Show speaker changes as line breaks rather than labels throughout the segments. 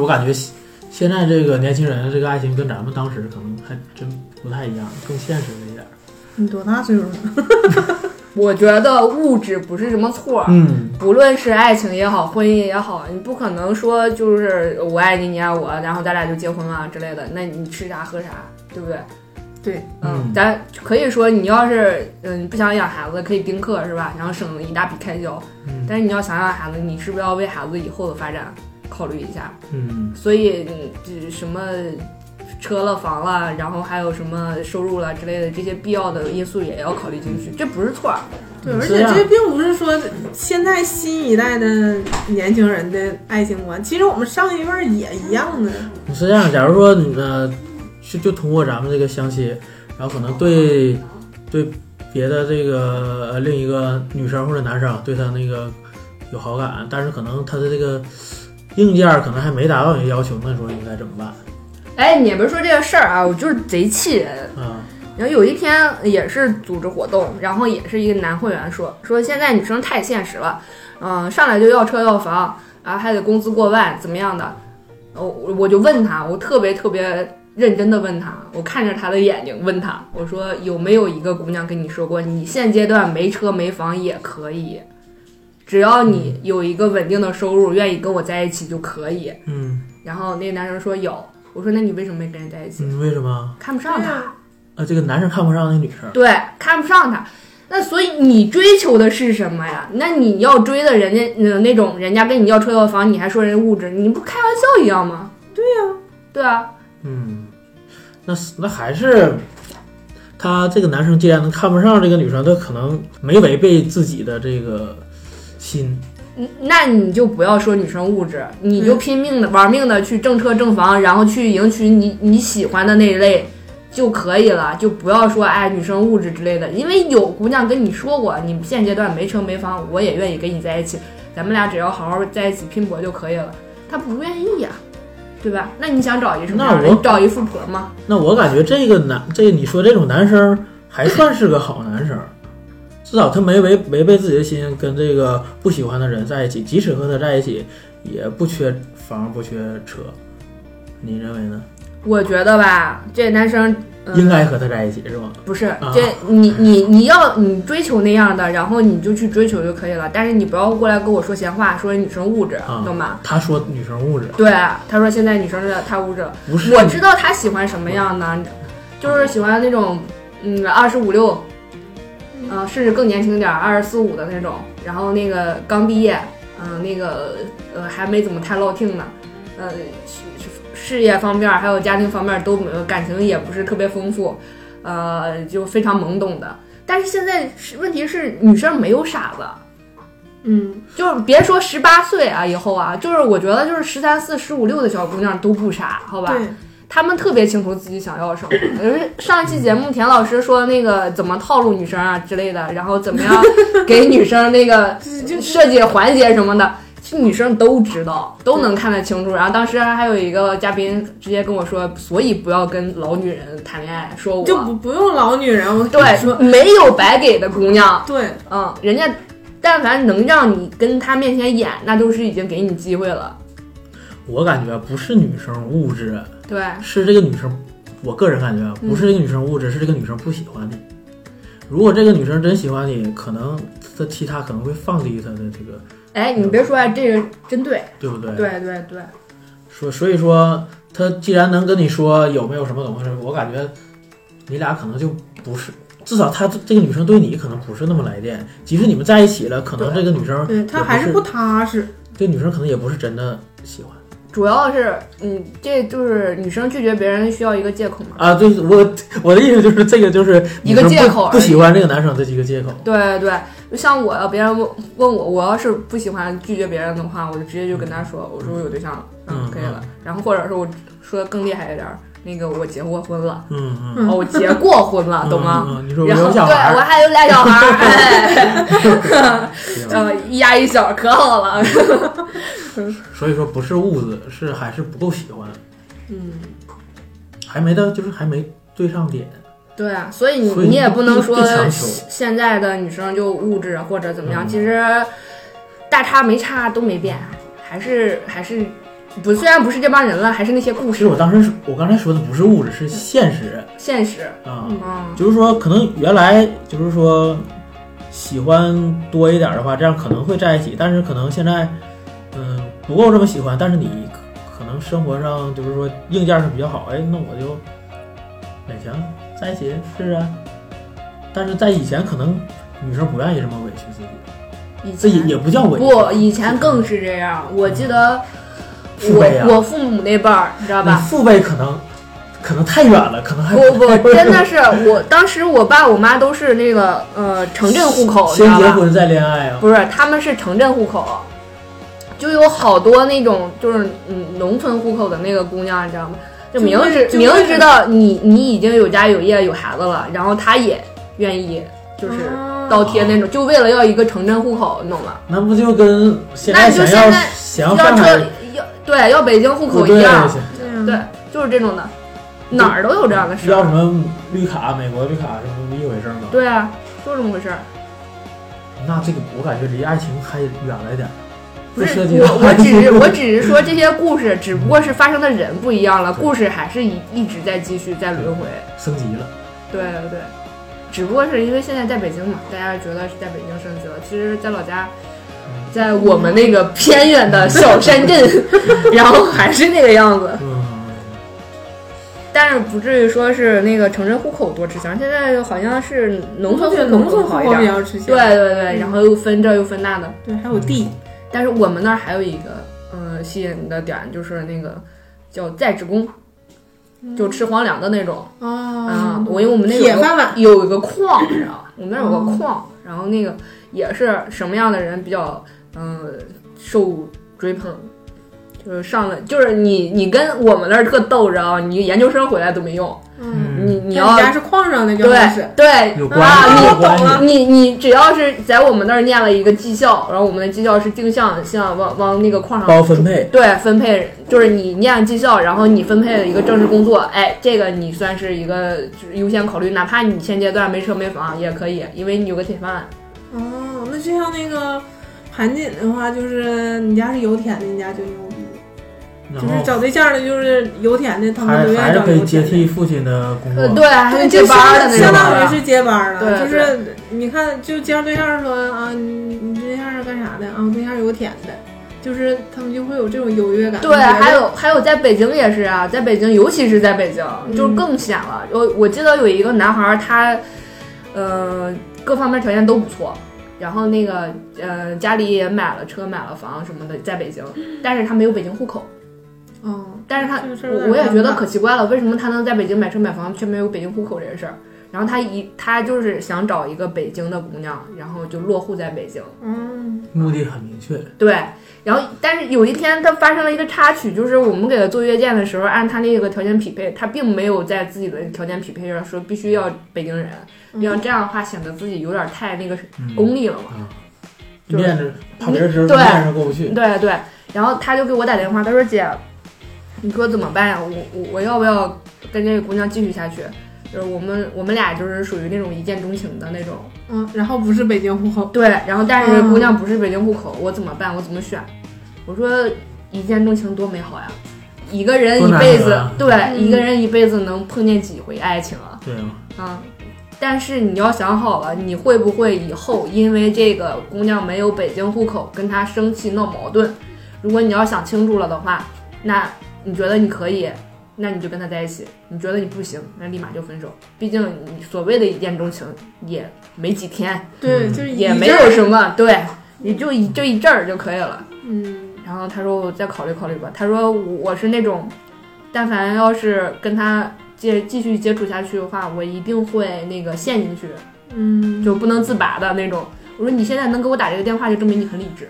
我感觉现现在这个年轻人的这个爱情跟咱们当时可能还真不太一样，更现实一点。
你多大岁数了？
我觉得物质不是什么错，
嗯，
不论是爱情也好，婚姻也好，你不可能说就是呃我爱你，你爱我，然后咱俩就结婚啊之类的。那你吃啥喝啥，对不对？
对，
嗯
嗯，
咱可以说你要是嗯不想养孩子，可以丁克是吧？然后省一大笔开销。
嗯
但是你要想养孩子，你是不是要为孩子以后的发展考虑一下？
嗯
所以嗯这什么车了、房了，然后还有什么收入了之类的这些必要的因素也要考虑进去，这不是错儿。
对，
嗯
而
是
且
啊
这并不是说现在新一代的年轻人的爱情观，其实我们上一辈儿也一样的。
是这样。假如说你呢，是就通过咱们这个相亲，然后可能对对别的这个呃另一个女生或者男生对他那个有好感，但是可能他的这个硬件儿可能还没达到你的要求，那时候应该怎么办
哎，你别说这个事儿啊，我就是贼气人。
啊？
然后有一天也是组织活动，然后也是一个男会员说说现在女生太现实了，嗯、上来就要车要房，然后还得工资过万怎么样的，我我就问他，我特别特别认真的问他，我看着他的眼睛问他，我说有没有一个姑娘跟你说过，你现阶段没车没房也可以，只要你有一个稳定的收入，愿意跟我在一起就可以。
嗯，
然后那个男生说有，我说那你为什么没跟人在一起？
嗯为什么
看不上他。
啊？这个男生看不上那女生，
对，看不上他。那所以你追求的是什么呀？那你要追的人家呃那种人家跟你要车要房，你还说人家物质，你不开玩笑一样吗？
啊
对啊呀、
嗯，那是那还是他这个男生既然能看不上这个女生，他可能没违背自己的这个心。
对啊，那你就不要说女生物质，你就
嗯
拼命的、玩命的去挣车挣房，然后去迎娶你你喜欢的那一类就可以了，就不要说哎女生物质之类的，因为有姑娘跟你说过，你现阶段没车没房，我也愿意跟你在一起，咱们俩只要好好在一起拼搏就可以了。她不愿意呀、对吧？那你想找一个什么样的
那
人？
我
你找一富婆吗？
那我感觉这个男，这个你说这种男生还算是个好男生，至少他没违违背自己的心，跟这个不喜欢的人在一起，即使和他在一起，也不缺房，不缺车。你认为呢？
我觉得吧，这男生、嗯、
应该和他在一起是吗？
不是
啊
这你你你要你追求那样的，然后你就去追求就可以了。但是你不要过来跟我说闲话，说女生物质，
啊
懂吗？
他说女生物质
对，他说现在女生太物质了，
不 是
我知道他喜欢什么样的，就是喜欢那种嗯二十五六，嗯、甚至更年轻点儿，二十四五的那种，然后那个刚毕业，嗯、那个呃还没怎么太落听呢，呃事事业方面儿还有家庭方面儿都没有，感情也不是特别丰富，呃就非常懵懂的。但是现在是问题是女生没有傻子，
嗯，
就是别说十八岁啊，以后啊，就是我觉得就是十三四、十五六的小姑娘都不傻，好吧？
对，
她们特别清楚自己想要什么。呃上一期节目田老师说那个怎么套路女生啊之类的，然后怎么 样给女生那个
这就
设计环节什么的，其实女生都知道，都能看得清楚。然后当时还有一个嘉宾直接跟我说，所以不要跟老女人谈恋爱，说我
就不不用老女人，我跟你说，
对没有白给的姑娘。
对，
嗯，人家但凡能让你跟他面前演，那都是已经给你机会了。
我感觉不是女生物质，啊
对，
是这个女生，我个人感觉啊，不是这个女生物质，是这个女生不喜欢你。如果这个女生真喜欢你，可能她其他可能会放低她的这个，
哎，你别说啊，这个真对，
对不对？。
对对对，
所所以说，她既然能跟你说有没有什么东西，我感觉你俩可能就不是，至少她这个女生对你可能不是那么来电。即使你们在一起了，可能这个女生
对
也
他
不
还是
是
不踏实。
这个女生可能也不是真的喜欢
主要是嗯，这就是女生拒绝别人需要一个借口嘛。
啊。对，我我的意思就是这个就是
一个
女生不
借口而已
不喜欢这个男生的一个借口。
对对对，就像我，别人问问我，我要是不喜欢拒绝别人的话，我就直接就跟他说，我说我有对象了，嗯，
嗯
可以了。然后或者是我说的更厉害一点儿，那个我结过婚了，
嗯嗯。
嗯
哦，我结过婚了，懂吗？
嗯嗯嗯你说我
然后
有小
对
孩
我
儿，
还有俩小孩儿， 哎。
行
呃，一丫一小可好了。
所以说不是物质，是还是不够喜欢，
嗯，
还没到就是还没对上点。
对啊，所以你
所以
你也不能说
不强求
现在的女生就物质或者怎么样，
嗯
啊其实大差没差都没变，还是还是不，虽然不是这帮人了，还是那些故
其实
事
我当时是我刚才说的不是物质，是现实
现实。
啊。
嗯，
就是说，可能原来就是说喜欢多一点的话，这样可能会在一起，但是可能现在，嗯、不够这么喜欢，但是你可可能生活上就是说硬件上比较好，哎，那我就勉强在一起试试啊。但是在以前，可能女生不愿意这么委屈自己，
以
这也
前
也不叫委屈，
不，以前更是这样。我记得
父辈啊
我我父母那辈儿，你知道
你
吧？
父辈可能可能太远了，可能还
不不，真的是我当时我爸我妈都是那个呃城镇户口，你知
先
道
结
吧？
婚再恋爱啊。
不是，他们是城镇户口，就有好多那种就是嗯农村户口的那个姑娘，你知道吗？就
就
明
为
知
就为
明
了
知道你你已经有家有业有孩子了，然后她也愿意就是
啊
倒贴那种，就为了要一个城镇户口，你懂吗？
那不就跟现
那
在
你就
想
现
要想要
在
上
要这
海
要对要北京户
不
口一
对
样，
对啊
对，就是这种的，哪儿都有这样的事
要什
儿。
么绿卡、美国绿卡什么一回事吗？
对啊，就这么回事儿。
那这个我感觉离爱情还远了一点儿，
不是
涉及到
我，我只是我只是说这些故事，只不过是发生的人不一样了，故事还是一一直在继续在轮回。
升级了。
对对对，只不过是因为现在在北京嘛，大家觉得是在北京升级了，其实在老家，在我们那个偏远的小山镇， 然后还是那个样子，
嗯，
但是不至于说是那个城镇户口多吃香，现在好像是农村户口
农村
更
户
好
口
一
比
点。
较值钱，
对对对，然后又分这又分那的。
对，还有地，
但是我们那儿还有一个，嗯，吸引的点就是那个叫在职工，就吃皇粮的那种嗯啊
啊。
我因为我们那
铁
有
饭
个
碗，
有一个矿，你知
嗯
道吧？我们那儿有个矿，然后那个也是什么样的人比较嗯、受追捧，就是上了就是你你跟我们那儿特逗着啊，你研究生回来都没用，
嗯，
嗯
你你
但
要
家是矿上的就
对
是，
对
有关
啊，
系，
你
有关
我懂
系。
了
你你只要是在我们那儿念了一个技校，然后我们的技校是定向向往往那个矿上
包分配
对分配，就是你念技校，然后你分配了一个正式工作，哎，这个你算是一个就是优先考虑，哪怕你现阶段没车没房也可以，因为你有个铁饭碗。
哦，那就像那个盘锦的话，就是你家是油田的，你家就牛逼，
然
就是
后
找对象的，就是油田的，他们
还
啊
就愿
还
意
是
找
可以
油
接
田的。
替父亲的工
呃，
作。
对，还
对，
是
就
接
相
班儿
当
的
相
那
班
当
儿
于
种。啊
是接班儿
对
了，就是你看，就介绍对象说啊，你你对象是干啥的啊？我对象油田的，就是他们就会有这种优越感。
对，
觉得
还有还有，在北京也是啊，在北京，尤其是在北京，就
嗯
更显了。我我记得有一个男孩儿，他，呃，各方面条件都不错，然后那个呃，家里也买了车、买了房什么的，在北京，但是他没有北京户口。
嗯，
但是他
这个事儿有
我
点
我也觉得
尴尬
可奇怪了，为什么他能在北京买车买房，却没有北京户口这个事儿？然后他一他就是想找一个北京的姑娘，然后就落户在北京。
嗯，
目的很明确。
对，然后但是有一天他发生了一个插曲，就是我们给他做阅卷的时候，按他那个条件匹配，他并没有在自己的条件匹配上说必须要北京人，
嗯
要这样的话显得自己有点太那个功
嗯，
利了嘛。就是
面子怕别人知道
对
面上过不去。
对对，然后他就给我打电话，他说姐，你说怎么办呀？我我我要不要跟这个姑娘继续下去？就是我们我们俩就是属于那种一见钟情的那种。
嗯，然后不是北京户口，
对，然后但是
嗯
姑娘不是北京户口，我怎么办？我怎么选？我说一见钟情多美好呀！一个人
多
一
难
辈
得
子
啊，
对，
嗯
一个人一辈子能碰见几回爱情啊？
对吗？
啊、但是你要想好了，你会不会以后因为这个姑娘没有北京户口，跟她生气闹矛盾？如果你要想清楚了的话，那你觉得你可以，那你就跟她在一起；你觉得你不行，那立马就分手。毕竟你所谓的一见钟情也没几天，
对，
嗯
就是一
也没
阵儿
有什么，对，你就一就一阵儿就可以了。
嗯，
然后他说我再考虑考虑吧。他说我是那种，但凡要是跟他接继续接触下去的话，我一定会那个陷进去，
嗯，
就不能自拔的那种。我说你现在能给我打这个电话，就证明你很理智，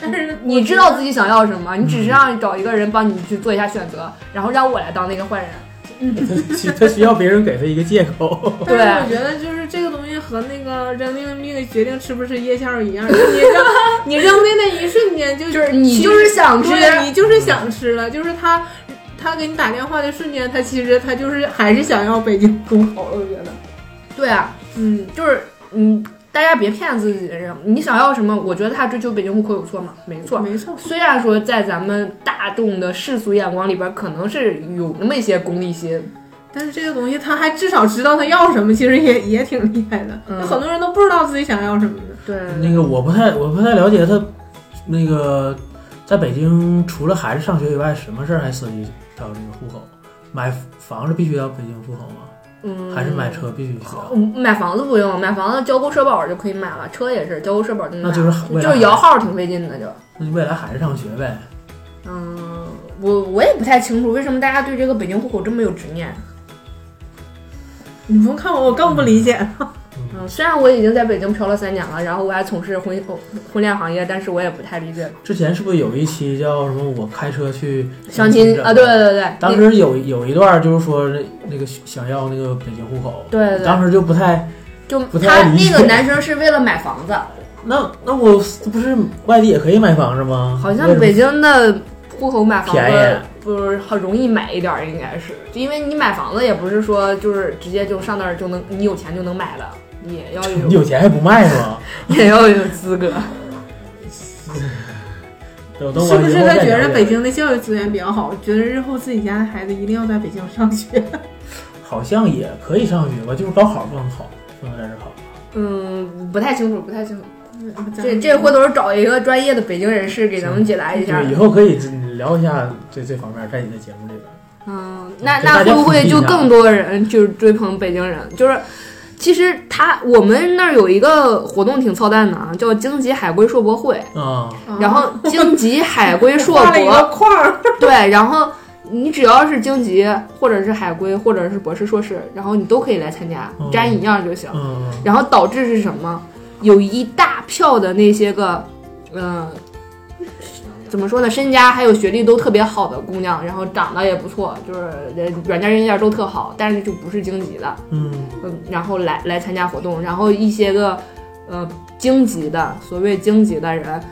但是我
你知道自己想要什么，你只是让找一个人帮你去做一下选择，然后让我来当那个坏人。
他需 他需要别人给他一个借口。
但是我觉得就是这个东西和那个扔那个命决定吃不吃夜宵一样，就是你扔 你扔的那一瞬间就
就是你就是想吃，
对，你就是想吃了，就是他他给你打电话的瞬间，他其实他就是还是想要北京户口了，我觉得，
对啊，
嗯，
就是嗯，大家别骗自己人。你想要什么？我觉得他追求北京户口有错吗？没错。
没错，
虽然说在咱们大众的世俗眼光里边，可能是有那么一些功利心，
但是这个东西他还至少知道他要什么，其实也也挺厉害的。
嗯
有很多人都不知道自己想要什么的。
对，
那个我不太我不太了解他，那个在北京除了孩子上学以外，什么事儿还涉及到这个户口？买房子必须要北京户口吗？
嗯，
还是买车必须要？
嗯买房子不用，买房子交够社保就可以买了，车也是交够社保就
那
能买了，
就是未来
就是摇号挺费劲的就。
那就未来孩子上学呗。
嗯，我我也不太清楚为什么大家对这个北京户口这么有执念。
你不看我，我更不理解。
嗯，虽然我已经在北京漂了三年了，然后我还从事婚哦婚恋行业，但是我也不太理解
之前是不是有一期叫什么？我开车去
相亲啊，对对对，
当时有有一段就是说那那个想要那个北京户口，
对对对
当时就不太
就
不太
他
理解
那个男生是为了买房子，
那那我不是外地也可以买房子吗？
好
为什
像
么
北京的户口买房
便
子
宜
不是很容易买一点儿，应该是，就因为你买房子也不是说就是直接就上那儿就能，你有钱就能买的，也要
你
有
有钱还不卖吗？
也要有资格。
等等我
是不是
以后
他
再
觉
了
着
解
北京的教育资源比较好，觉得日后自己家的孩子一定要在北京上 学？
好像也可以上学吧？就是高考不能考，不能在这考。
嗯，不太清楚，不太清楚。
嗯
这这回头找一个专业的北京人士给咱们解答一下
就。是以后可以聊一下这这方面，在你的节目里边。
嗯，那
就大
那
家
会不
普及
会
一
就
下
更多人就是追捧北京人？就是其实他我们那儿有一个活动挺操蛋的啊，叫荆棘海龟硕博会。
嗯
啊、
然后荆棘海 龟硕
画了一
博，
个框儿，
对，然后你只要是荆棘或者是海龟或者是博士硕士，然后你都可以来参加，
嗯
沾一样就行。
嗯，
然后导致是什么？有一大票的那些个，嗯、怎么说呢，身家还有学历都特别好的姑娘，然后长得也不错，就是人软件硬件都特好，但是就不是荆棘的，
嗯
嗯，然后来来参加活动，然后一些个，呃，荆棘的所谓荆棘的人，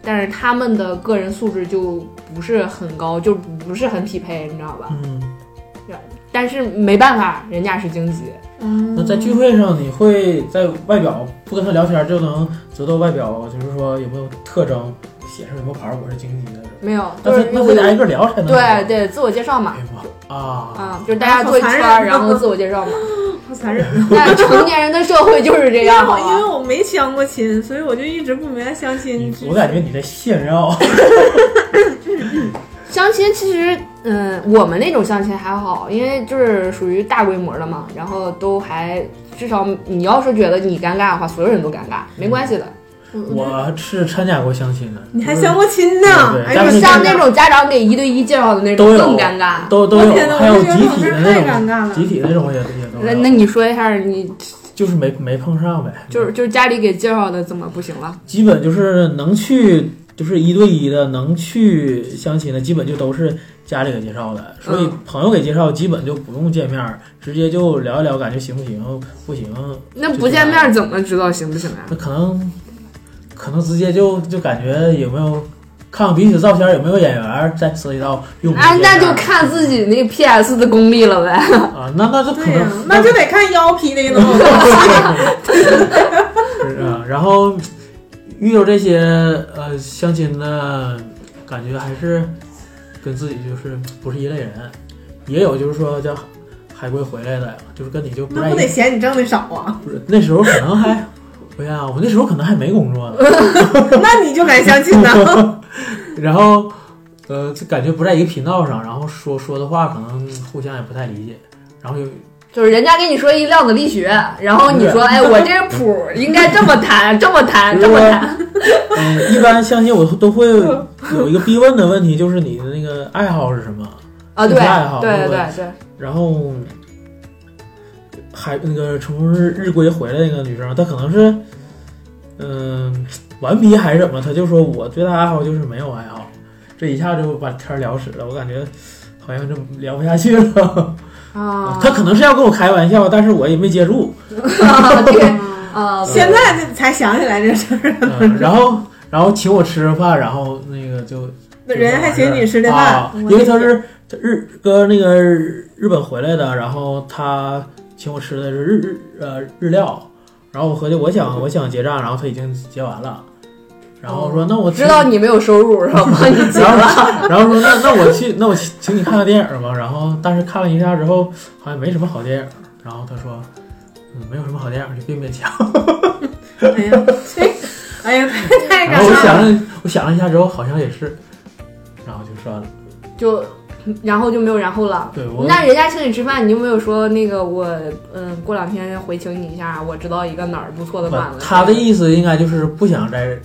但是他们的个人素质就不是很高，就不是很匹配，你知道吧？
嗯。
但是没办法，人家是荆棘，
那在
嗯
聚会上，你会在外表不跟他聊天就能知道外表，就是说有没有特征，写上什么牌儿，我是经济的人。
没有，就
那
是
非那非得挨个聊才能。
对。对，自我介绍嘛
哎，呀妈啊！
啊，就是大家坐一圈
好残
儿，
忍
然后自我介 绍嘛。
好残忍。
但成年人的社会就是这样，好
因为
吧？
我没相过亲，所以我就一直不明白相亲
你。我感觉你在炫 耀。
相亲其实，嗯，我们那种相亲还好，因为就是属于大规模的嘛，然后都还至少你要是觉得你尴尬的话，所有人都尴尬，没关系的。
我是参加过相亲的。
你还相过亲呢
对对？
哎
但
呦，
是
像
像
那种家长给一对一介绍的那种
都有
更尴尬。
都都
我天
有，
哪
还有
我觉得
集
我
体
这
的那
太尴尬
种，
了
集体的那种也也都
那
有
那你说一下，你
就是没没碰上呗。
就是就是家里给介绍的怎么不行了？
基本就是能去，就是一对一的能去相亲的，基本就都是家里给介绍的，所以
嗯
朋友给介绍基本就不用见面儿，直接就聊一聊，感觉行不行？不行，
那不见面怎么知道行不行啊呀、
那可能可能直接就就感觉有没有看看彼此照片有没有眼缘儿，再涉及到用不用
啊，
见面
那
儿
就看自己那 PS 的功力了呗。
啊，那那就可
对呀
能，
那就得看腰劈的了。
是啊，然后遇到这些呃相亲的感觉，还是跟自己就是不是一类人。也有就是说叫海归回来的，就是跟你就不
那
在
不得
一
嫌你挣的少啊？
不是那时候可能还，哎呀，我那时候可能还没工作呢。
那你就敢相亲呢？
然后呃，就感觉不在一个频道上，然后说说的话可能互相也不太理解，然后有
就是人家跟你说一量子力学，然后你说，哎，我这个谱儿应该这么弹，这么弹，这么弹。
嗯，一般相亲我都会有一个必问的问题，就是你的那个爱好是什么。
啊，对
兴趣爱好
对
对
对对，
然后海那个从日日归回来那个女生，她可能是嗯、顽皮还是怎么，她就说我最大爱好就是没有爱好，这一下就把天儿聊死了，我感觉好像就聊不下去了。
啊，
她可能是要跟我开玩笑，但是我也没接住。
啊对啊，
现在才想起来这事儿，
嗯，然后然后请我吃饭，然后那个就
那人还请你吃的饭
啊，
我
因为他是他日哥那个日本回来的，然后他请我吃的是日日呃日料，然后我合计我想我想结账，然后他已经结完了，然
哦
后说那我
知道你没有收入，然后帮你结
然
了。
然后说那那我去那我请请你看个电影吧。然后但是看了一下之后，好像没什么好电影。然后他说，嗯，没有什么好电影，就别勉强。
哎呀，这，哎呀，太
然
尴
后我
尬了。
想了我想了一下之后，好像也是，然后就算了。
就然后就没有然后了。
对我
那人家请你吃饭，你有没有说那个我嗯过两天回请你一下？我知道一个哪儿不错的馆
不
子。
他的意思应该就是不想再，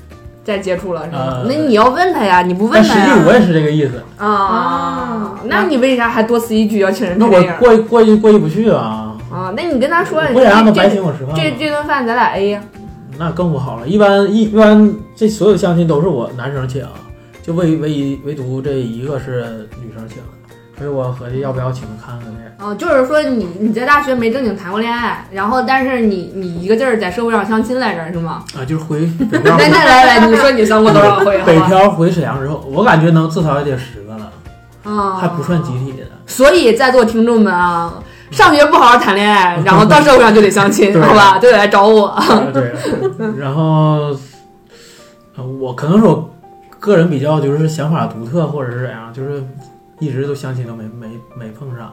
再接触了是吗
呃？
那你要问他呀，你不问
但实
他呀？
际我也是这个意思。
啊
啊，
那你为啥还多此一举要请人
那
看电
我
影
过意过意过意不去啊，
啊？那你跟他说了，
我不想让他白
这
请我嗯吃饭
这
吗。
这顿饭咱俩 A 呀。
那更不好了。一般一一般这所有相亲都是我男生请，就唯唯唯独这一个是女生请，所以我合计要不要请他看看电影。
啊，就是说你你在大学没正经谈过恋爱，然后但是你你一个劲儿在社会上相亲来着是吗？
啊，就是 回北漂
来
回，
来来来，你说你相过多少回？好
北
吧？
漂回沈阳之后，我感觉能至少也得十个了，
啊，
还不算集体的。
所以，在座听众们啊，上学不好好谈恋爱，然后到社会上就得相亲，
对
好吧？就得来找我。
啊对，然后呃我可能是我个人比较就是想法独特，或者是怎样，就是一直都相亲都没没没碰上。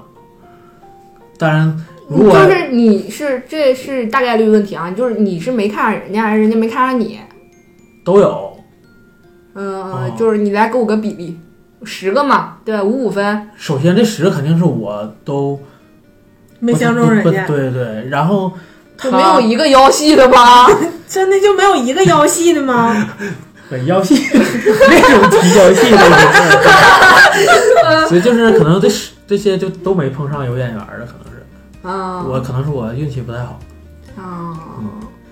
当然，如果
就是你是这是大概率问题啊，就是你是没看上人家，还是人家没看上你？
都有，
嗯、
哦
就是你来给我个比例，十个嘛，对吧，五五分。
首先这十个肯定是我都
没相中人
不
家，
对对，然后
就
他
没有一个腰细 的吧？
真的就没有一个腰细的吗？
对，腰细那种提腰细的一个事儿，所以就是可能这是这些就都没碰上有眼缘儿的，可能是
啊
我嗯可能是我运气不太好。
啊！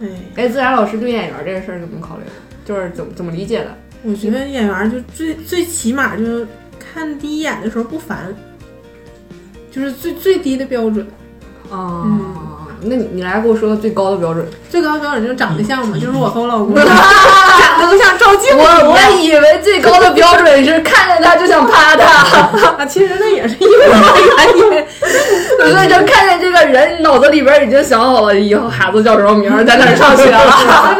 哎，
哎，自然老师对演员这个事儿怎么考虑？就是怎么怎么理解的？
我觉得演员就最最起码就看第一眼的时候不烦，就是最最低的标准。
啊、
嗯
那你你来给我说个最高的标准。
最高标准就是长得像嘛，就是我和我老公
长得都像赵静嗯我我以为最高的标准是看见他就想啪他，
啊， 其实那也是因为我的原因。
所以就看见这个人脑子里边已经想好了以后孩子叫什么名儿，在哪儿上学了。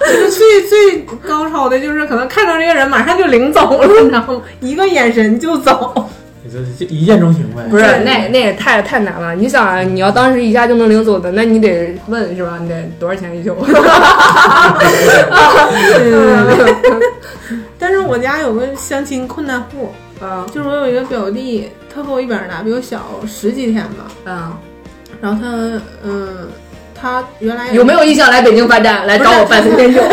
就是最最高超的，就是可能看到这个人马上就领走了，你知道吗？一个眼神就走。
也就是就一见钟情呗。
不是，那那也太太难了。你想啊，你要当时一下就能领走的，那你得问是吧？你得多少钱 一宿？嗯
但是我家有个相亲困难户，
嗯
就是我有一个表弟，他和我一边儿大，比我小十几天吧。
嗯，
然后他，嗯、他原来也
有没有意向来北京发展？来找我办三天酒？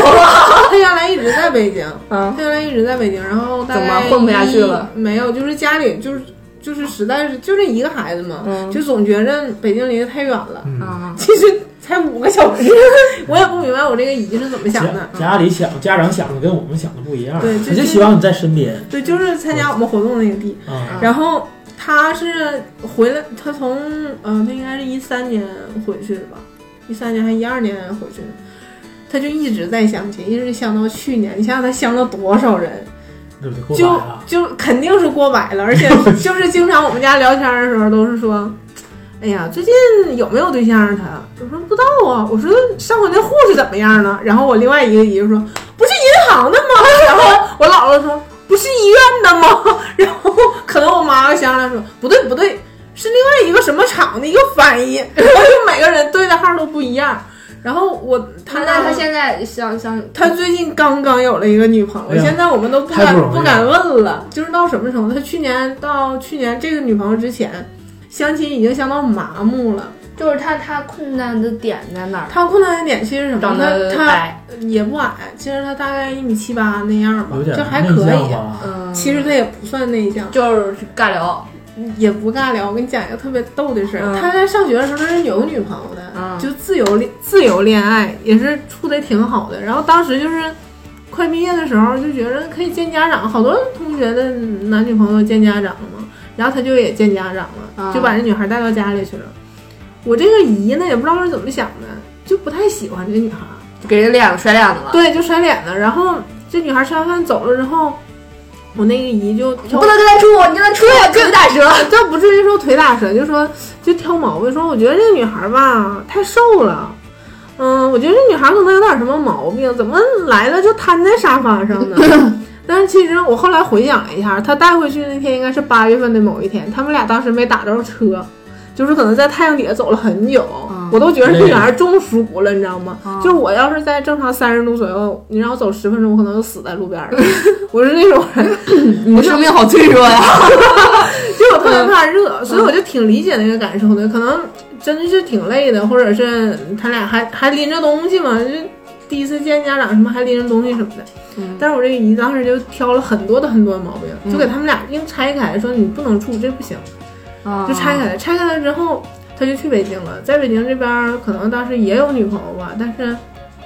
他原来一直在北京，
嗯
他原来一直在北京，然后大概
怎么混不下去了
一？没有，就是家里就是就是实在是就这一个孩子嘛，
嗯
就总觉着北京离得太远了。
嗯，
啊，
其实才五个小时， 我也不明白我这个姨是怎么想的嗯
家。家里想家长想的跟我们想的不一样，
对
他
就
就是希望你在身边
对，就是参加我们活动那个地，
啊。
然后他是回来，他从嗯、他应该是一三年回去的吧，一三年还一二年回去的，他就一直在相亲，一直相到去年。你想想他相了多少人，
对不对？过
就
来啊了，
就肯定是过百了，而 且就是经常我们家聊天的时候都是说。哎呀，最近有没有对象啊？他我说不知道啊。我说上回那护士怎么样了？然后我另外一个姨就说不是银行的吗？然后我姥姥说不是医院的吗？ 然后可能我妈妈想想说不对不对，是另外一个什么厂的一个翻 译。然后就每个人对的号都不一样。然后我他
他那他现在想想
他最近刚刚有了一个女朋友，
哎呀
现在我们都不
太
敢
不容易了
敢问了，就是到什么程度？他去年到去年这个女朋友之前，相亲已经相到麻木了。
就是他他困难的点在哪儿？
他困难的点其实是什
长
么？
得
他他
矮，
也不矮，其实他大概一米七八那样吧
有，点
就还
内
可
向啊
以。
吧。
嗯，
其实他也不算内向，
就是尬聊，
也不尬聊。我跟你讲一个特别逗的事儿，
嗯
他在上学的时候他是有女朋友的，
嗯
就自由恋自由恋爱，也是处的挺好的。然后当时就是快毕业的时候，就觉得可以见家长，好多同学的男女朋友见家长嘛，然后他就也见家长
啊
了，就把这女孩带到家里去了。我这个姨呢，也不知道是怎么想的，就不太喜欢这女孩。
就给人脸子摔脸子了。
对，就甩脸了。然后这女孩吃完饭走了之后，我那个姨就
你
挑
不能跟他处，你跟他处也腿打折。
但不至于说腿打折，就说就挑毛病，说我觉得这个女孩吧太瘦了，嗯，我觉得这女孩可能有点什么毛病，怎么来了就瘫在沙发上 呢？但是其实我后来回想一下，她带回去那天应该是八月份的某一天，他们俩当时没打着车，就是可能在太阳底下走了很久，
嗯
我都觉得这女孩中暑了，你知道吗？
嗯
就是我要是在正常三十度左右，你让我走十分钟，我可能就死在路边 了。我是那种人，
嗯你的生命好脆弱呀！
就我特别怕热，
嗯
所以我就挺理解那个感受的。可能真的是挺累的，或者是他俩还还拎着东西嘛，就第一次见家长什么还拎着东西什么的。
嗯
但是我这姨当时就挑了很多的很多毛病，
嗯
就给他们俩硬拆开，说你不能住，这不行，
啊
就拆开了。拆开了之后，他就去北京了，在北京这边儿可能当时也有女朋友吧，但是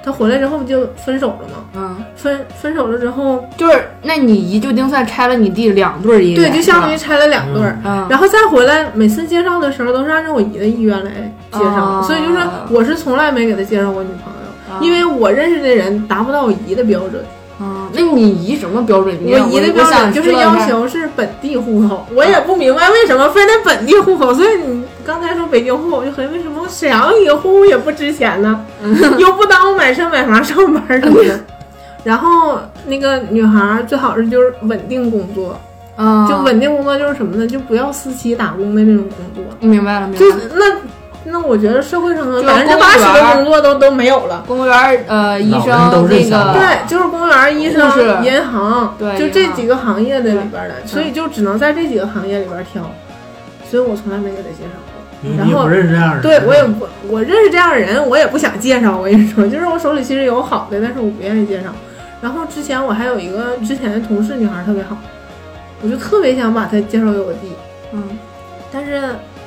他回来之后不就分手了吗？
嗯，
分分手了之后，
就是那你姨就丁算拆了你弟两对儿姻缘，
对，就相当于拆了两对儿。啊
是吧嗯
然后再回来，每次介绍的时候都是按照我姨的意愿来介绍，
哦
所以就是我是从来没给他介绍过女朋友，因为我认识的人达不到我姨的标准。
嗯，那你姨什么标准？你
我
让
姨的
我
标准
想
就是
知道一
要
下
求是本地户口，我也不明白为什么非得本地户口。所以你刚才说北京户口，我就合计为什么沈阳一个户口也不值钱呢？
嗯
又不耽误买车买房上班什么的。 然后那个女孩儿最好是就是稳定工作，
嗯，
就稳定工作就是什么呢？就不要私企打工的那种工作。
明白了，明白
就
了。
那那我觉得社会上的
就
百分之
公务
八十
员
的
儿
工作都都没有了。
公务员儿呃，医
老
生
人都是
那
想
个
法
对，就是公务员、医
啊护士
生、银行，
对
就这几个行业的里边儿的，
对
所以就只能在这几个行业里边儿挑。所以我从来没给他介绍 过。
你
然
你
后
不认识这样的人？啊
对我也不，我认识这样的人，我也不想介绍。我跟你说，就是我手里其实有好的，但是我不愿意介绍。然后之前我还有一个之前的同事，女孩儿特别好，我就特别想把她介绍给我弟，
嗯
但是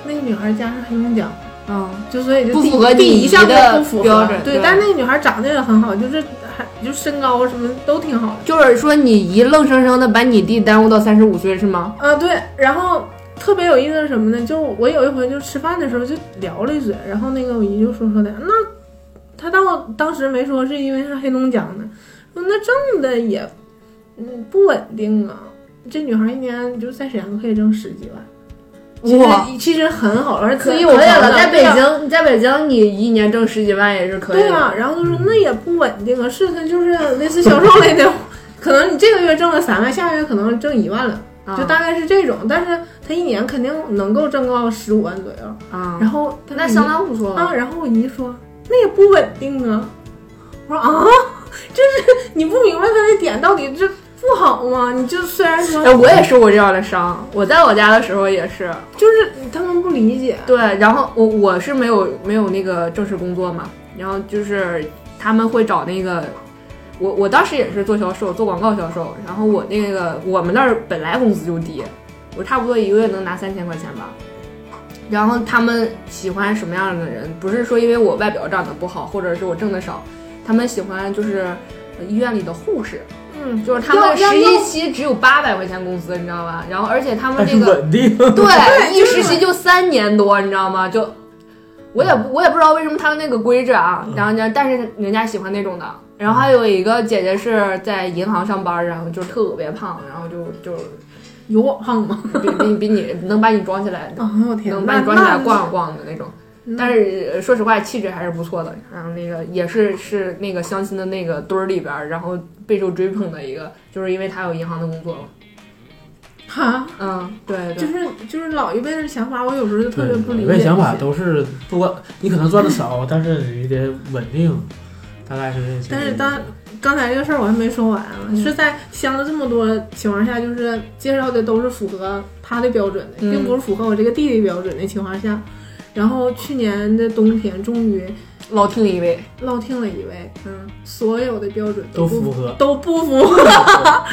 那个女孩儿家是黑龙江。
嗯
就所以就
不
第
符合
第
你
一项
的
都不符合
标准
对，
对
但是那个女孩长得也很好，就是还就身高什么都挺好
就是说你姨愣生生的把你弟耽误到三十五岁是吗？
的啊。对，然后特别有意思是什么呢？就我有一回就吃饭的时候就聊了一嘴，然后那个我姨就说说的，那她当当时没说是因为是黑龙江的，说那挣的也嗯不稳定啊。这女孩一年就在沈阳可以挣十几万，其
哇，
实其实很好，而
可
且
以，我
可以了，
在
对
北
呀
京，在北京你一年挣十几万也是可以
对
的。
啊，然后他
嗯
说那也不稳定啊，是他就是类似销售类的， 可能你这个月挣了三万，下个月可能挣一万了，
啊
就大概是这种。但是他一年肯定能够挣到十五万左右。
啊，
然后他
那
说
相当不错
啊，然后我姨说那也不稳定啊，我说啊， 就是你不明白他的点到底这不好吗？你就虽然说
哎，我也受过这样的伤。我在我家的时候也是，
就是他们不理解，
对，然后我我是没有没有那个正式工作嘛，然后就是他们会找那个，我我当时也是做销售，做广告销售，然后我那个我们那儿本来工资就低，我差不多一个月能拿三千块钱吧。然后他们喜欢什么样的人？不是说因为我外表长得不好，或者是我挣的少，他们喜欢就是呃医院里的护士，
嗯，
就是他们
要
实习期只有八百块钱工资，你知道吧？然后而且他们
但
这
是
个
稳定。
对，一实习就三年多，你知道吗？就我也
嗯
不我也不知道为什么他们那个规制啊，然后呢，但是人家喜欢那种的。然后还有一个姐姐是在银行上班，然后就特别胖，然后就就
有我胖吗？
比比比你能把你装起来，
啊，我天，
能把
那
你装起来
那嗯
逛逛的那种。但是呃说实话，气质还是不错的。然后那个也是是那个相亲的那个堆儿里边儿，然后备受追捧的一个，就是因为他有银行的工作嘛。
哈。
嗯，对
就
对，
是就是老一辈的想法，我有时候就特别不理
每
解。
位想法都是不管你可能赚的少，但是你得稳定，大概是这意思。
但是当刚才这个事儿我还没说完啊，
嗯
是在相了这么多情况下，就是介绍的都是符合他的标准的，
嗯
并不是符合我这个弟弟标准的情况下，然后去年的冬天终于
老听 一位，
落听了一位，嗯，所有的标准
都
不
符合，
都不符 合，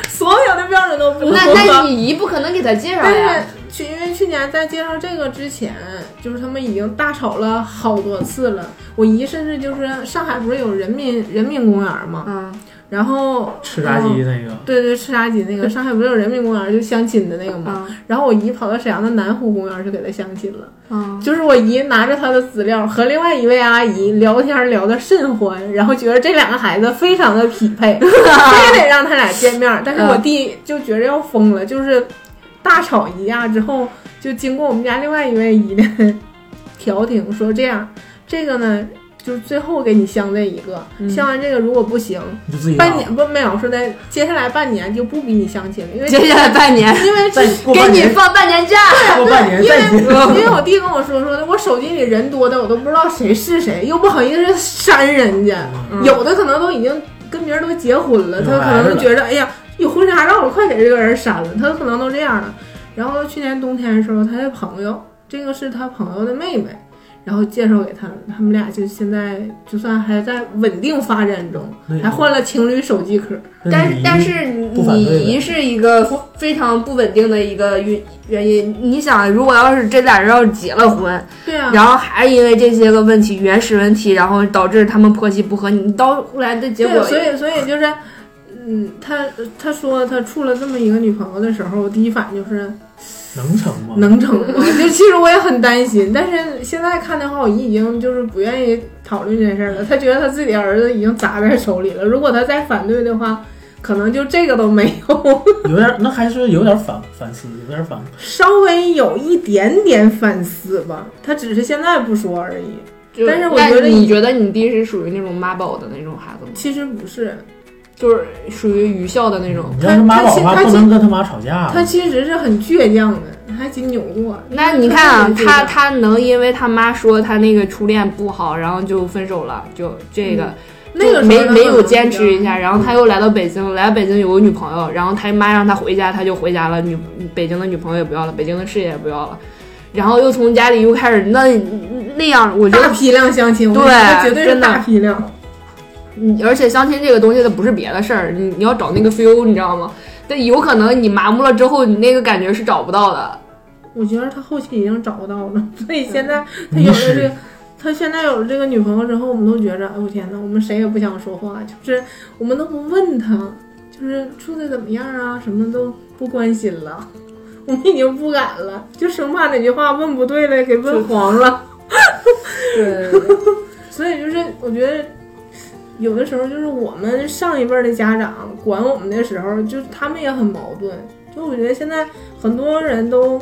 所有的标准都不符合。
那那你姨不可能给他介绍呀
但。是去，因为去年在介绍这个之前，就是他们已经大吵了好多次了。我姨甚至就是上海不是有人民人民公园吗？
嗯
然后
吃炸鸡那个，
对对，吃炸鸡那个，上海不是有人民公园就相亲的那个吗？
嗯
然后我姨跑到沈阳的南湖公园去给他相亲了。
嗯，
就是我姨拿着她的资料和另外一位阿姨聊天聊得甚欢，然后觉得这两个孩子非常的匹 配，非得让他俩见面。但是我
嗯
弟就觉着要疯了，就是大吵一架之后，就经过我们家另外一位姨的调停，说这样，这个呢就是最后给你相这一个，
嗯
相完这个如果不行，
你就自己
半
拿。
年不没有说在接下来半年就不逼你相亲了，因为
接下来半年
因为
再过
给
半
你
年，
放半年假，
过半年
因
再
为
结。
因为我弟跟我说说，我手机里人多的我都不知道谁是谁，又不好意思删人家，
嗯
有的可能都已经跟别人都结婚了，他
有
可
孩子
能
了
觉得哎呀有婚纱照了，快给这个人删了，他可能都这样了。然后去年冬天的时候，他的朋友，这个是他朋友的妹妹，然后介绍给他，他们俩就现在就算还在稳定发展中，还
那
换了情侣手机壳。
那
但
你
但是
不反对呗
你是一个非常不稳定的一个原原因。你想，如果要是这俩人要是结了婚，
对啊，
然后还因为这些个问题、原始问题，然后导致他们婆媳不和，你到后来的结果啊
对，，所以所以就是，嗯，他他说他处了这么一个女朋友的时候，我第一反应就是
能成吗？
能成吗？就其实我也很担心，但是现在看的话，我已经就是不愿意讨论这件事儿了。他觉得他自己的儿子已经砸在手里了，如果他再反对的话，可能就这个都没有，
有点，那还是有点反反思，有点反。
稍微有一点点反思吧。他只是现在不说而已。
就
但是我
那
觉得
你
你
觉得你弟是属于那种妈宝的那种孩子吗？
其实不是，
就是属于愚孝的那种。
你要是妈宝的话，
他他
不能跟他妈吵架。
他其实是很倔强的，还金牛座。
那你看啊，
就是
他他能因为他妈说他那个初恋不好，然后就分手了，就这个、
嗯那个时候
没
他
没
可
有
能
坚
比较
持一下，然后他又来到北京，来到北京有个女朋友，然后他妈让他回家，他就回家了，女北京的女朋友也不要了，北京的事业也不要了，然后又从家里又开始那那样，我觉
大
得，
批量相亲，我
对
觉得绝对是
真的
大批量。
嗯而且相亲这个东西它不是别的事儿，你你要找那个 feel，你知道吗？但有可能你麻木了之后，你那个感觉是找不到的。
我觉得他后期已经找到 了，所以现在他
迷
有了
失
这个， 他现在有了这个女朋友之后，我们都觉着，哎我天哪，我们谁也不想说话，就是我们都不问他，就是处的怎么样啊，什么都不关心了，我们已经不敢了，就生怕哪句话问不对了，给问黄了。
对，
所以就是我觉得。有的时候就是我们上一辈儿的家长管我们的时候，就是他们也很矛盾。就我觉得现在很多人都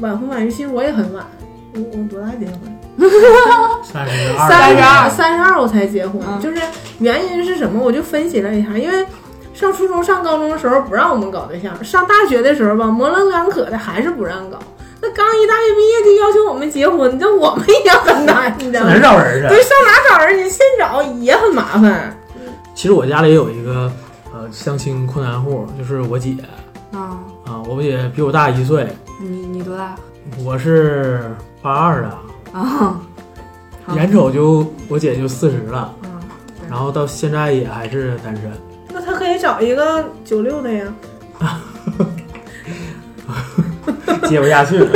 晚婚晚育，其实我也很晚，我我多大结婚？
三十二，
三十
32
二，三十二我才结婚，
嗯
就是原因是什么？我就分析了一下，因为上初中、上高中的时候不让我们搞对象，上大学的时候吧，模棱两可的还是不让搞。那刚一大学毕业就要求我们结婚，那我们也很难，你知道
上
吗
哪？儿找人去？
对，上哪找人？你现找也很麻烦。
其实我家里有一个呃相亲困难户，就是我姐
啊，
啊，我姐比我大一岁，
你你多大
我是八二的，
啊？好
眼瞅就我姐就四十了，
嗯对
然后到现在也还是单身。
那他可以找一个九六的呀，
接不下去 了。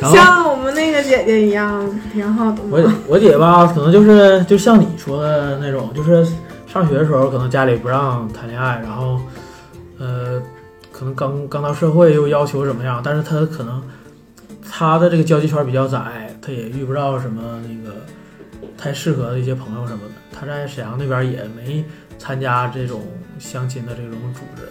然后
像我们那个姐姐一样，挺好的嘛。
我姐我姐吧，可能就是就像你说的那种，就是上学的时候可能家里不让谈恋爱，然后呃，可能刚刚到社会又要求怎么样，但是她可能她的这个交际圈比较窄，她也遇不到什么那个太适合的一些朋友什么的。她在沈阳那边也没参加这种相亲的这种组织，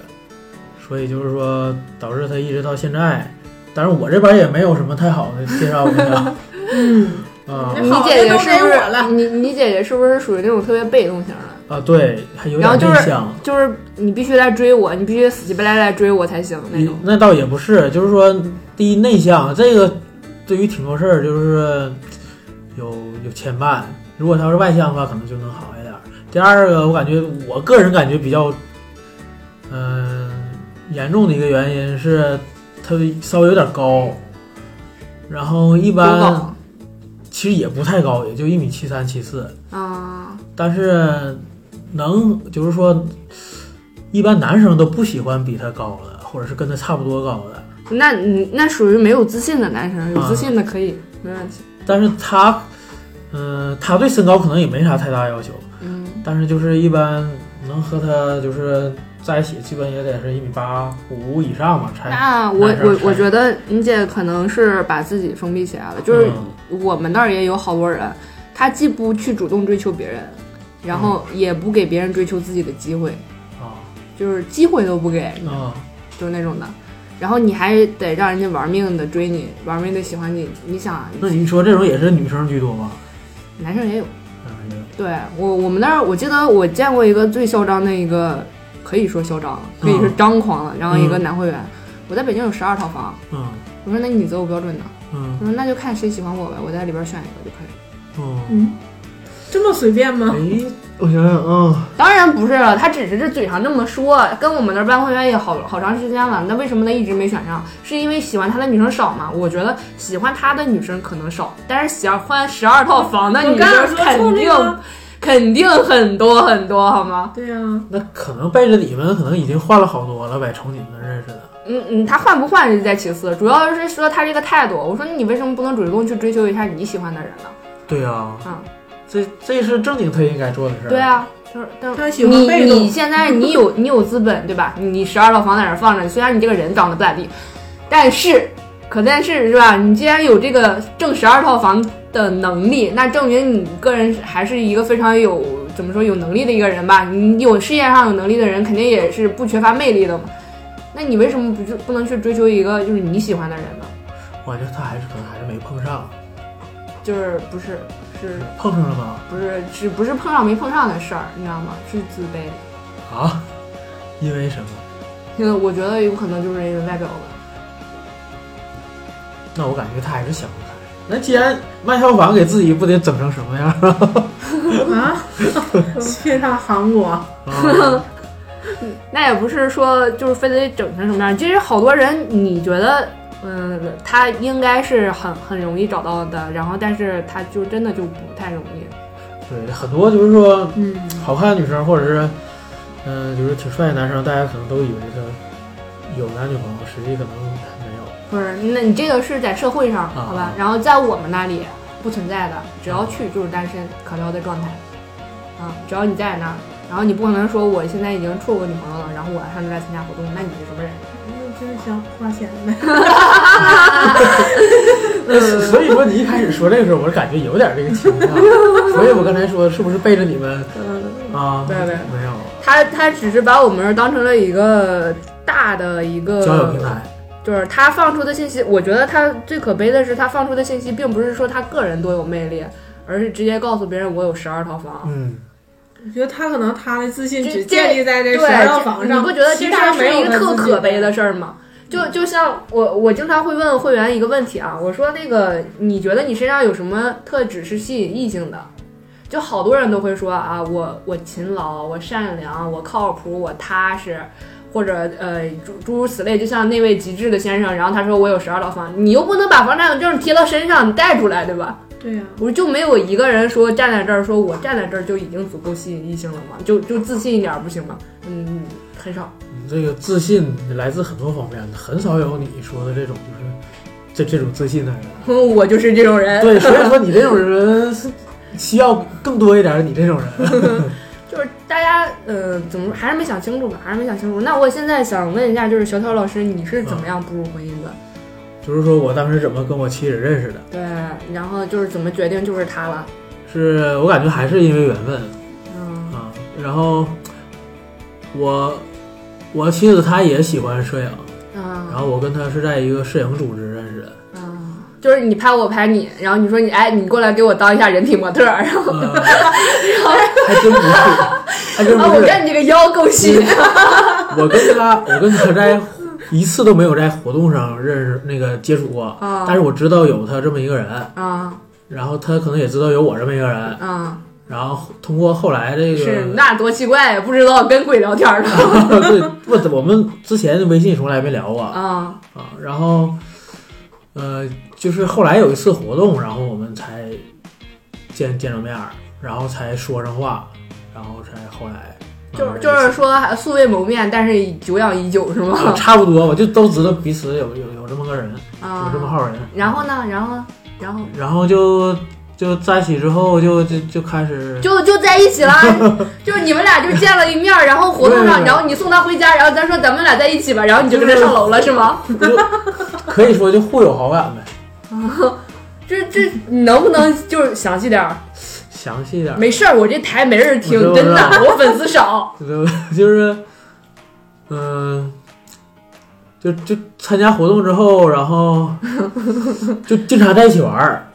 所以就是说导致她一直到现在。但是我这边也没有什么太好的介绍姑娘啊。
嗯，
哦
你
好
姐姐
那都
是
给
不
我了
是你你姐姐是不是属于那种特别被动型的？
啊，对，还有
然后
点
就是
内向。
就是你必须来追我，你必须死乞白赖来追我才行那种。
那倒也不是，就是说，第一内向这个，对于挺多事儿就是有有牵绊。如果他要是外向的话，可能就能好一点儿。第二个，我感觉我个人感觉比较，嗯、严重的一个原因是他稍微有点高，然后一
多
般
高
其实也不太高，也就一米七三七四。
啊？
但是能就是说，一般男生都不喜欢比他高的，或者是跟他差不多高的。
那你那属于没有自信的男生，有自信的可以，没问题。
但是他，嗯、他对身高可能也没啥太大要求，
嗯，
但是就是一般能和他就是在一起，基本也得是一米八五以上吧，才。
那我
男生
我
才
我觉得你姐可能是把自己封闭起来了，就是
嗯
我们那儿也有好多人，他既不去主动追求别人，然后
嗯
也不给别人追求自己的机会，
啊
就是机会都不给，
啊，
就是那种的。然后你还得让人家玩命的追你，玩命的喜欢你。你想啊，
那你说这种也是女生居多吧？
男生也有。
啊，没有
对我我们那儿，我记得我见过一个最嚣张的一个，可以说嚣张了，可以是张狂了。然后一个男会员，我在北京有十二套房，
嗯
我说那你择偶标准呢？
嗯
我说那就看谁喜欢我呗，我在里边选一个就可以了。
哦，
这么随便吗？
哎，我想想啊，
当然不是了，他只是这嘴上这么说，跟我们那儿办会员也好好长时间了。那为什么他一直没选上？是因为喜欢他的女生少吗？我觉得喜欢他的女生可能少，但是喜欢十二套房的
我
女
刚想
生
说
肯
冲这
定
个，
肯定很多很多，好吗？
对呀，
那可能背着你们可能已经换了好多了呗，从你们那儿认识的。
嗯嗯，他换不换是在其次，主要是说他这个态度。我说你为什么不能主动去追求一下你喜欢的人呢？
对啊，
嗯
这这是正经他应该做的事儿。
对，啊，就是但
他喜欢
你
被
你
动，
现在你有 你有资本对吧？你十二套房在那儿放着，虽然你这个人长得不咋地，但是可但是是吧？你既然有这个挣十二套房的能力，那证明你个人还是一个非常有怎么说有能力的一个人吧？你有事业上有能力的人，肯定也是不缺乏魅力的嘛。那你为什么不就不能去追求一个就是你喜欢的人呢？
我觉得他还是可能还是没碰上，
就是不是是
碰上了吗？
不是是不是碰上没碰上的事儿，你知道吗？是自卑。
啊，因为什么？
现在我觉得有可能就是因为外表吧。
那我感觉他还是想不开。那既然卖票房给自己不得整成什么样啊？
啊， 去趟韩国，
啊
那也不是说就是非得整成什么样。其实好多人，你觉得，嗯，他应该是很很容易找到的，然后但是他就真的就不太容易。
对，很多就是说
嗯，
好看的女生，或者是嗯、呃就是挺帅的男生，大家可能都以为他有男女朋友，实际可能没有。
不是，那你这个是在社会
啊
上，好吧？然后在我们那里不存在的，只要去就是单身可撩的状态，啊，只要你在那儿，然后你不可能说我现在已经处过女朋友了，然后我还上这来参加活动，那你是什么人？嗯
就是想花钱呗。
所以说你一开始说这个时候，我是感觉有点这个倾 向，所以我刚才说是不是背着你们
嗯
啊？
对对
没有
他他只是把我们当成了一个大的一个
交友平台，
就是他放出的信息，我觉得他最可悲的是他放出的信息，并不是说他个人多有魅力，而是直接告诉别人我有十二套房。
嗯，
我觉得他可能他的自信
这
只建立在这
对，
十二道房
你
上，
不觉得这
其
事
他
儿
没
是
有
一个
他
特
自
可
信
悲的事儿吗？就就像我，我经常会问会员一个问题啊，我说那个你觉得你身上有什么特质是吸引异性的？就好多人都会说啊，我我勤劳，我善良，我靠谱，我踏实，或者呃诸诸如此类。就像那位极致的先生，然后他说我有十二套房，你又不能把房产证贴到身上你带出来，对吧？
对呀、
我就没有一个人说站在这儿说我站在这儿就已经足够吸引异性了吗？就就自信一点儿不行吗？嗯，很少。
你这个自信来自很多方面，很少有你说的这种就是这这种自信的人。
我就是这种人，
对，所以说你这种人是需要更多一点，你这种人，
就是大家呃，怎么还是没想清楚吧？还是没想清楚。那我现在想问一下，就是小挑老师，你是怎么样步入婚姻的？
就是说我当时怎么跟我妻子认识的，
对，然后就是怎么决定就是他了？
是我感觉还是因为缘分
嗯
啊。然后我我妻子她也喜欢摄影，然
啊
后我跟她是在一个摄影组织认 识的。
啊，就是你拍我拍你，然后你说你哎，你过来给我当一下人体模特儿，然后
呃，还真不是，还真
啊，
不
我
是。
看你这个腰够细的。
我跟他，我跟他在一次都没有在活动上认识那个接触过，
啊
但是我知道有他这么一个人，
啊
然后他可能也知道有我这么一个人，
啊！
然后通过后来这
是
个，
那多奇怪，不知道跟鬼聊天儿了
对，我我们之前微信从来没聊过啊，
啊
然后，呃，就是后来有一次活动，然后我们才见见着面儿，然后才说上话，然后才后来慢
就
慢
是
地
就是说还素未谋面，但是久仰已久是
啊
吗？
差不多吧，就都知道彼此有有有这么个人，有这么
啊，
号人。
然后呢？然后呢？然后
然后就就在一起之后就就就开始
就就在一起 了，就是你们俩就见了一面儿，然后活动上，
对
然后你送他回家，然后咱说咱们俩在一起吧，然后你就跟他上楼了是吗？
就可以说就互有好感呗。
这这你能不能就是详细点儿？
详细点儿，
没事儿，我这台没人听
我知，道
真的
我，
我粉丝少。
就就是嗯、就就参加活动之后，然后就经常在一起玩儿。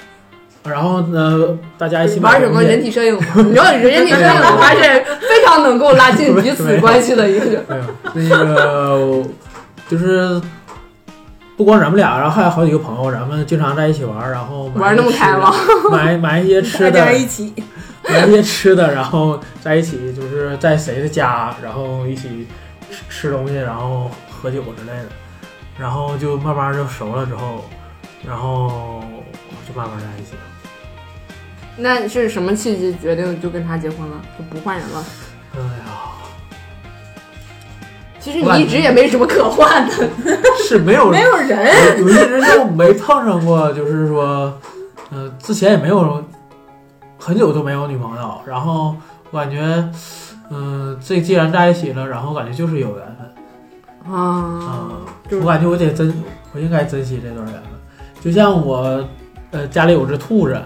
然后呢，大家一 起买
玩什么
东西
人体摄影吗？你知道人体摄影的话是非常能够拉近彼此关系的一个。
没有，啊那个 就是不光咱们俩，然后还有好几个朋友，咱们经常在一起玩儿，然后买
玩那么开吗？
买买一些吃
大
的
家，一起
买一些吃的，然后在一起就是在谁的家，然后一起吃吃东西，然后喝酒之类的，然后就慢慢就熟了之后，然后就慢慢在一起了。
那是什么契机决定就跟他结婚了，就不换人了？
哎呀，
其实你一直也没什么可换的。
是没有
没有人，
我我一直就没碰上过，就是说，呃，之前也没有，很久都没有女朋友。然后我感觉，嗯、这既然在一起了，然后感觉就是有缘分
啊，
啊、
就是
我感觉我得珍，我应该珍惜这段缘分。就像我，呃，家里有只兔 子，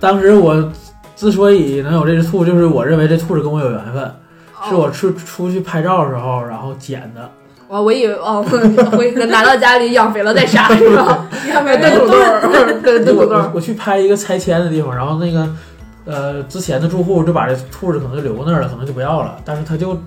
当时我之所以能有这只兔，就是我认为这兔子跟我有缘分，
哦
啊是我出出去拍照的时候，然后捡的。
我我以为哦，回拿到家里养肥了 再杀是吧？
要
哎
不然
炖土豆
都
儿，炖炖
我
土豆
我
儿。
我去拍一个拆迁的地方，然后那个呃之前的住户就把这兔子可能就留那儿了，可能就不要了，但是他就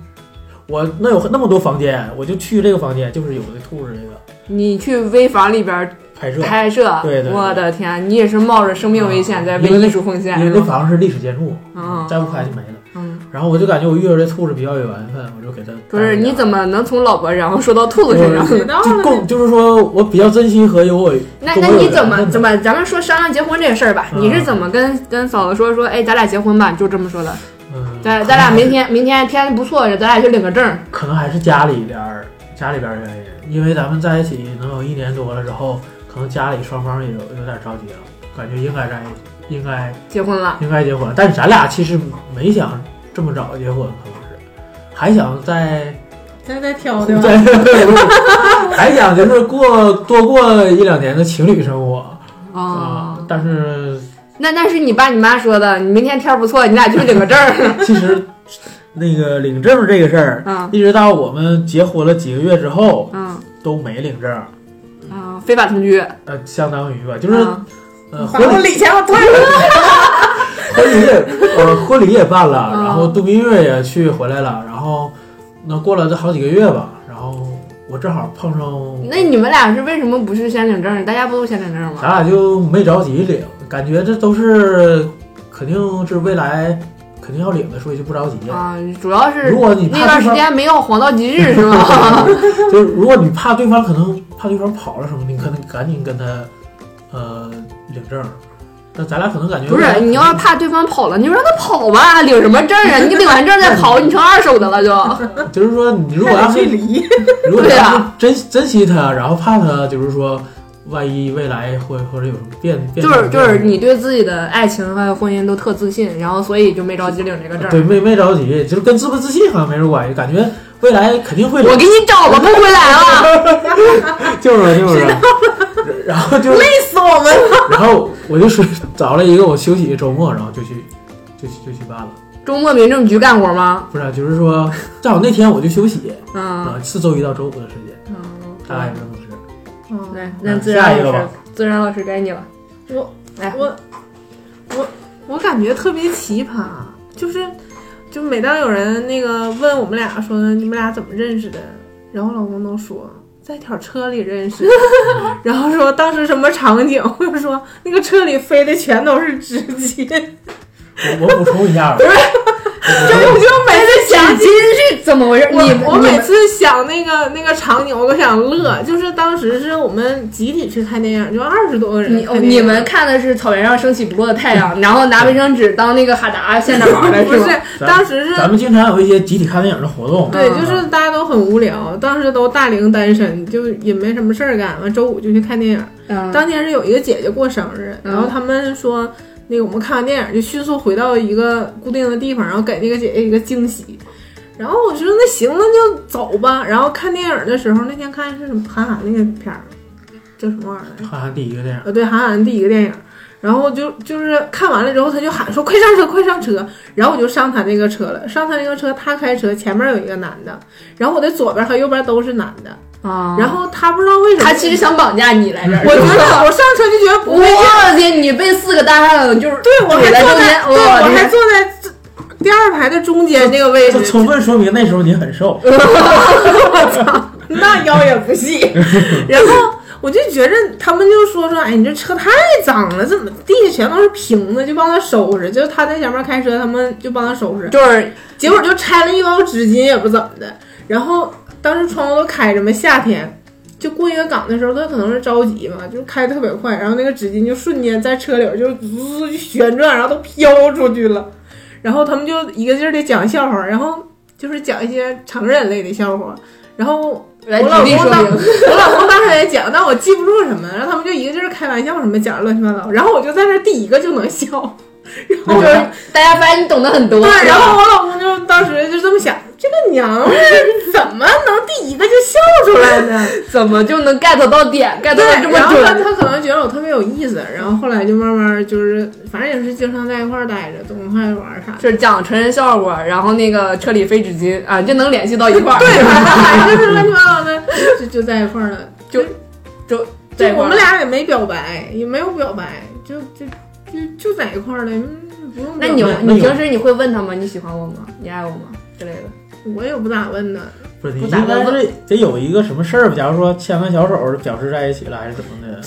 我那有那么多房间，我就去这个房间，就是有这兔子这个
你去危房里边
拍摄，
拍摄，
对对对
我的天，你也是冒着生命危险在为
因为那
艺术奉献
因为
是
那
吧？
房子是历史建筑，
嗯
再不拍就没了。
嗯，
然后我就感觉我遇到这兔子比较有缘分，我就给它
不是，你怎么能从老婆然后说到兔子身上？
知道
就
了
共就是说我比较珍惜和有我
那
跟
那
我有
你
缘
怎么
分的
怎么？咱们说商量结婚这个事儿吧，
嗯
你是怎么跟跟嫂子说说？哎，咱俩结婚吧，就这么说的。
嗯，
咱咱俩明天明天天不错，咱俩去领个证。
可能还是家里边儿家里边儿原因，因为咱们在一起能有一年多了之后，可能家里双方也有有点着急了，感觉应该在一起应该
结婚了，
应该结婚，但是咱俩其实没想这么早结婚，可能是还想 再
再再挑对吧？
再还想就是过 多过一两年的情侣生活啊、
哦，
但是
那那是你爸你妈说的，你明天天儿不错，你俩去领个 证儿。
其实那个领证这个事儿，
嗯
一直到我们结婚了几个月之后
嗯
都没领证，
嗯，非法同居，
呃，相当于吧，就是、
嗯
呃
把
婚
我
礼
礼钱我退了，
婚礼也呃婚礼也办了，
嗯
然后度蜜月也去回来了，然后那过了这好几个月吧，然后我正好碰上，
那你们俩是为什么不是先领证儿？大家不都先领证儿吗？
咱俩就没着急领，感觉这都是肯定是未来肯定要领的，所以就不着急。
啊，主要是
如果你
那
怕
段
对
时
方，
间没有黄道吉日是 吧？
就是如果你怕对方可能怕对方跑了什么，你可能赶紧跟他呃领证。那咱俩可能感觉
不是，你要是怕对方跑了，你就让他跑吧，领什么证 儿啊？你领完证儿再跑，你成二手的了就。
就是说你如果要
还得
是
去离，
如果
对啊
要是珍珍惜他，然后怕他，就是说，万一未来会或者有什么变变
就
动，
是就是你对自己的爱情还有婚姻都特自信，然后所以就没着急领这个证
对
儿。
没没着急，就是跟自不自信好像没什么关系，感觉未来肯定会
我给你找吧，不回来了。
就是就是，然后就
累死我们了。
然后我就是找了一个我休息的周末，然后就去就去就去办了，
周末民政局干活吗？
不是啊、就是说正好那天我就休息啊、
嗯，
是周一到周五的时间，
嗯
大概是这么回事。
嗯
对，那
嗯
自然
下一个
老师
吧，
自然老师该你了。
我
来
我我我感觉特别奇葩，就是就每当有人那个问我们俩说你们俩怎么认识的，然后老公都说在一条车里认 识的，然后说当时什么场景，我就说那个车里飞的全都是纸 巾，
我我补充一下吧，
就我就每 次想
哎奖金是怎么回事？
我
你
我
你
每次想那个那个场景，我都想乐。就是当时是我们集体去看电影，就二十多个人
你哦
看电影。
你们看的是草原上升起不落的太阳，然后拿卫生纸当那个哈达现场玩的
不
是
是
吗？
当时是
咱们经常有一些集体看电影的活动，
嗯
对，就是大家都很无聊，当时都大龄单身，就也没什么事儿干。完周五就去看电影。
嗯
当天是有一个姐姐过生日，
嗯
然后他们说那个我们看完电影就迅速回到一个固定的地方，然后给那个姐姐一个惊喜。然后我说那行，那就走吧。然后看电影的时候，那天看是什么韩寒那个片儿，叫什么玩意儿来着？
看看第一个电影，
呃，对，韩寒第一个电影。然后就就是看完了之后，他就喊说：“快上车，快上车！”然后我就上他那个车了，上他那个车，他开车，前面有一个男的，然后我的左边和右边都是男的，
啊
然后他不知道为什么，
他其实想绑架你来这儿，
我觉得我上车就觉得不
我
对劲，
天，你被四个大汉就是
对我还
怼在
坐
中
在，
间，
对我还
天，
坐在这第二排的中间这个位
这
置，
充分说明那时候你很瘦，
嗯 那腰也不细。然后我就觉着他们就说说，哎，你这车太脏了，怎么地下全都是瓶子，就帮他收拾。就是他在前面开车，他们就帮他收拾，
就是
结果就拆了一包纸巾，也不怎么的。然后当时窗户都开着嘛，夏天。就过一个岗的时候，他可能是着急嘛，就开得特别快，然后那个纸巾就瞬间在车里边就滋就旋转，然后都飘出去了。然后他们就一个劲儿的讲笑话，然后就是讲一些成人类的笑话。然后
来
我老
举例
公
说
当
明，
我老公当时也讲，但我记不住什么，然后他们就一个劲儿开玩笑什么讲乱七八糟，然后我就在那儿第一个就能笑，然后
就
我
是大家发现你懂得很多，
对，然后我老公就当时就这么想，这个娘们儿怎么能第一个就笑出来呢？
怎么就能 get 到点，get
对
到，这么
然后他
准？
他可能觉得我特别有意思，然后后来就慢慢就是，反正也是经常在一块儿待着，总一块儿玩儿啥的。
就是讲成人笑话，然后那个车里飞纸巾啊，就能联系到一块儿。
对，反 正还就是乱七八糟的，就就在一块儿了。
在
对，
一块
我
儿
们俩也没表白，也没有表白，就就就就在一块儿了，嗯不用表白。
那你有
那那有
你平时你会问他吗？你喜欢我吗？你爱我吗？之类的。
我也不咋问呢，
不是你
不
应
咋
该
问
是得有一个什么事儿吧，假如说牵完小手表示在一起了，还是怎么的？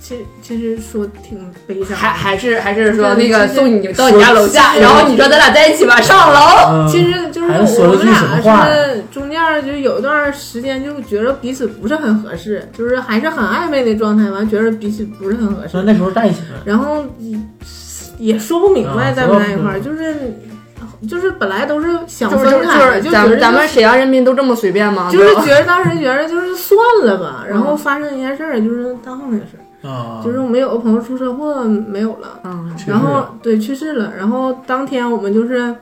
其其实说挺悲伤
还
的。
还是还是说
对
那个
就是
送你到你家楼下，
是
然后你说咱俩在一起吧，上楼。
嗯
哦其实就是
还是说
我
了
们
句什么话
俩是中间就有一段时间就觉得彼此不是很合适，就是还是很暧昧的状态，完觉得彼此不是很合
说
适，
那时候在一起了，
然后也说不明白
啊
在不在一块儿，就是就是本来都是想
就是
分开的，
就是
就
咱
觉
们
得
咱
就
们沈阳人民都这么随便吗？
就是
啊对吧
觉得当时觉得就是算了吧，然后
嗯
发生一件事儿，就是大后那事儿，
啊，
就是我们有个朋友出车祸没有了，
嗯，
确实
然后对去世了，然后当天我们就是，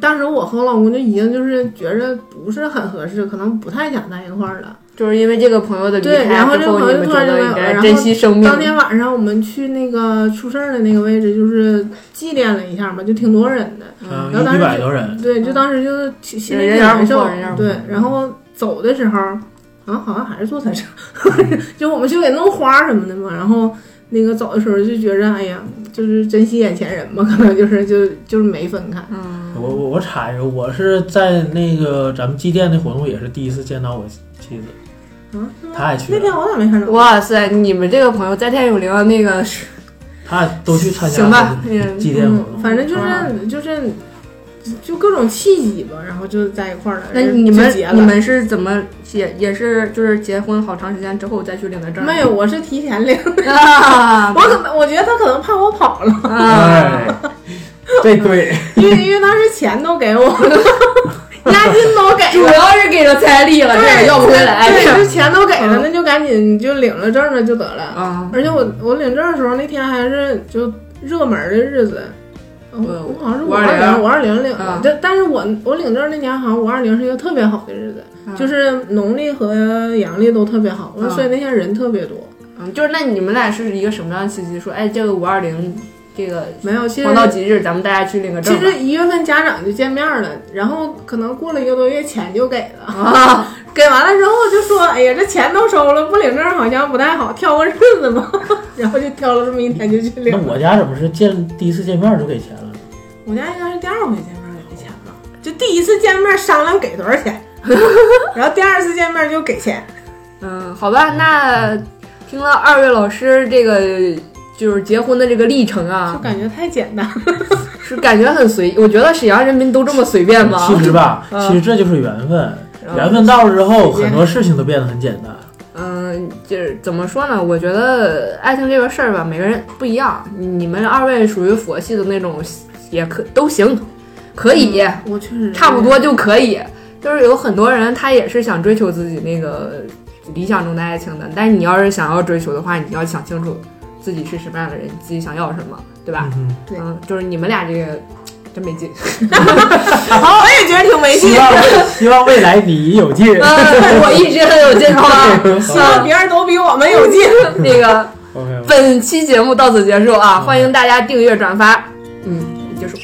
当时我和我老公就已经就是觉着不是很合适，可能不太想在一块儿了。
就是因为这个朋友的离
对然
开
后
之
这个
后，
朋
你
友
们
突
觉
然就
得
没
应
有
该
然
珍
后
惜生命
当。天晚上我们去那个出事儿的那个位置，就是祭奠了一下嘛，就挺多人的。
嗯，
然后当
一
时
百多人，
对，就当时就是心心里
嗯人
挺
缘不
难
错
受
人缘。
不错
对，然后走的时候，好像好像还是坐他车，
嗯
就我们就给弄花什么的嘛。然后那个走的时候就觉着，哎呀，就是珍惜眼前人嘛，可能就是就就是没分开。
嗯，
我我我插一个，我是在那个咱们祭奠的活动也是第一次见到我妻子，
嗯，是吗
她也去
那天
了，
我咋没看着？
哇塞，你们这个朋友在天有灵啊那个是
她都去参加
行吧
了，
嗯
祭奠活
嗯，
动。
反正就是、
啊
就是就各种契机吧，然后就在一块儿了。
那
就
你们
就结了
你们是怎么也也是就是结婚好长时间之后再去领的证？
没有？ 我是提前领，
啊
我可能我觉得他可能怕我跑了，
哎
啊！，
这对，
因为因为当时钱都给我了， 押金都给
主
了。
要是给了彩礼了，这
对，
个要不回来。
对，就钱都给了，
嗯
那就赶紧就领了证了就得了。
啊，
而且我我领证的时候那天还是就热门的日子，呃
呃
我我好像是五二
520
零五二零领的
啊，
但但是我我领证那年好像五二零是一个特别好的日子，
嗯
就是农历和阳历都特别好，
啊
所以那天人特别多。
嗯，就是那你们俩是一个什么样的契机？说，哎，这个五二零，这个
没有，其实
黄道吉日，咱们大家去领个证
其
吧。
实一月份家长就见面了，然后可能过了一个多月钱就给了，
啊，
给完了之后就说，哎呀，这钱都收了，不领证好像不太好，挑个日子吧。 然后就挑了这么一天就去 领
那。我家怎么是见第一次见面就给钱了？
我家应该是第二回见面给钱吧，就第一次见面商量给多少 钱，然后第二次见面就给钱。
嗯，好吧，那听了二位老师这个就是结婚的这个历程
就
啊，
感觉太简单了，
是感觉很随意。我觉得沈阳人民都这么随便吗？
其实吧，
嗯
其实这就是缘分，
嗯
缘分到了之后，
时间
很多事情都变得很简单。
嗯，就是怎么说呢？我觉得爱情这个事儿吧，每个人不一样。你们二位属于佛系的那种，也可都行，可以，
我确实
差不多就可以。就是有很多人他也是想追求自己那个理想中的爱情的，但是你要是想要追求的话，你要想清楚自己是什么样的人，自己想要什么，对吧？
嗯
对
嗯，就是你们俩这个真没劲。
好，我也觉得挺没
哼，
劲
希。望希望未来你有劲。
嗯，我一直很有劲头啊。
希望别人都比我们有劲。
那个
OK，
本期节目到此结束啊，欢迎大家订阅转发，嗯，结束。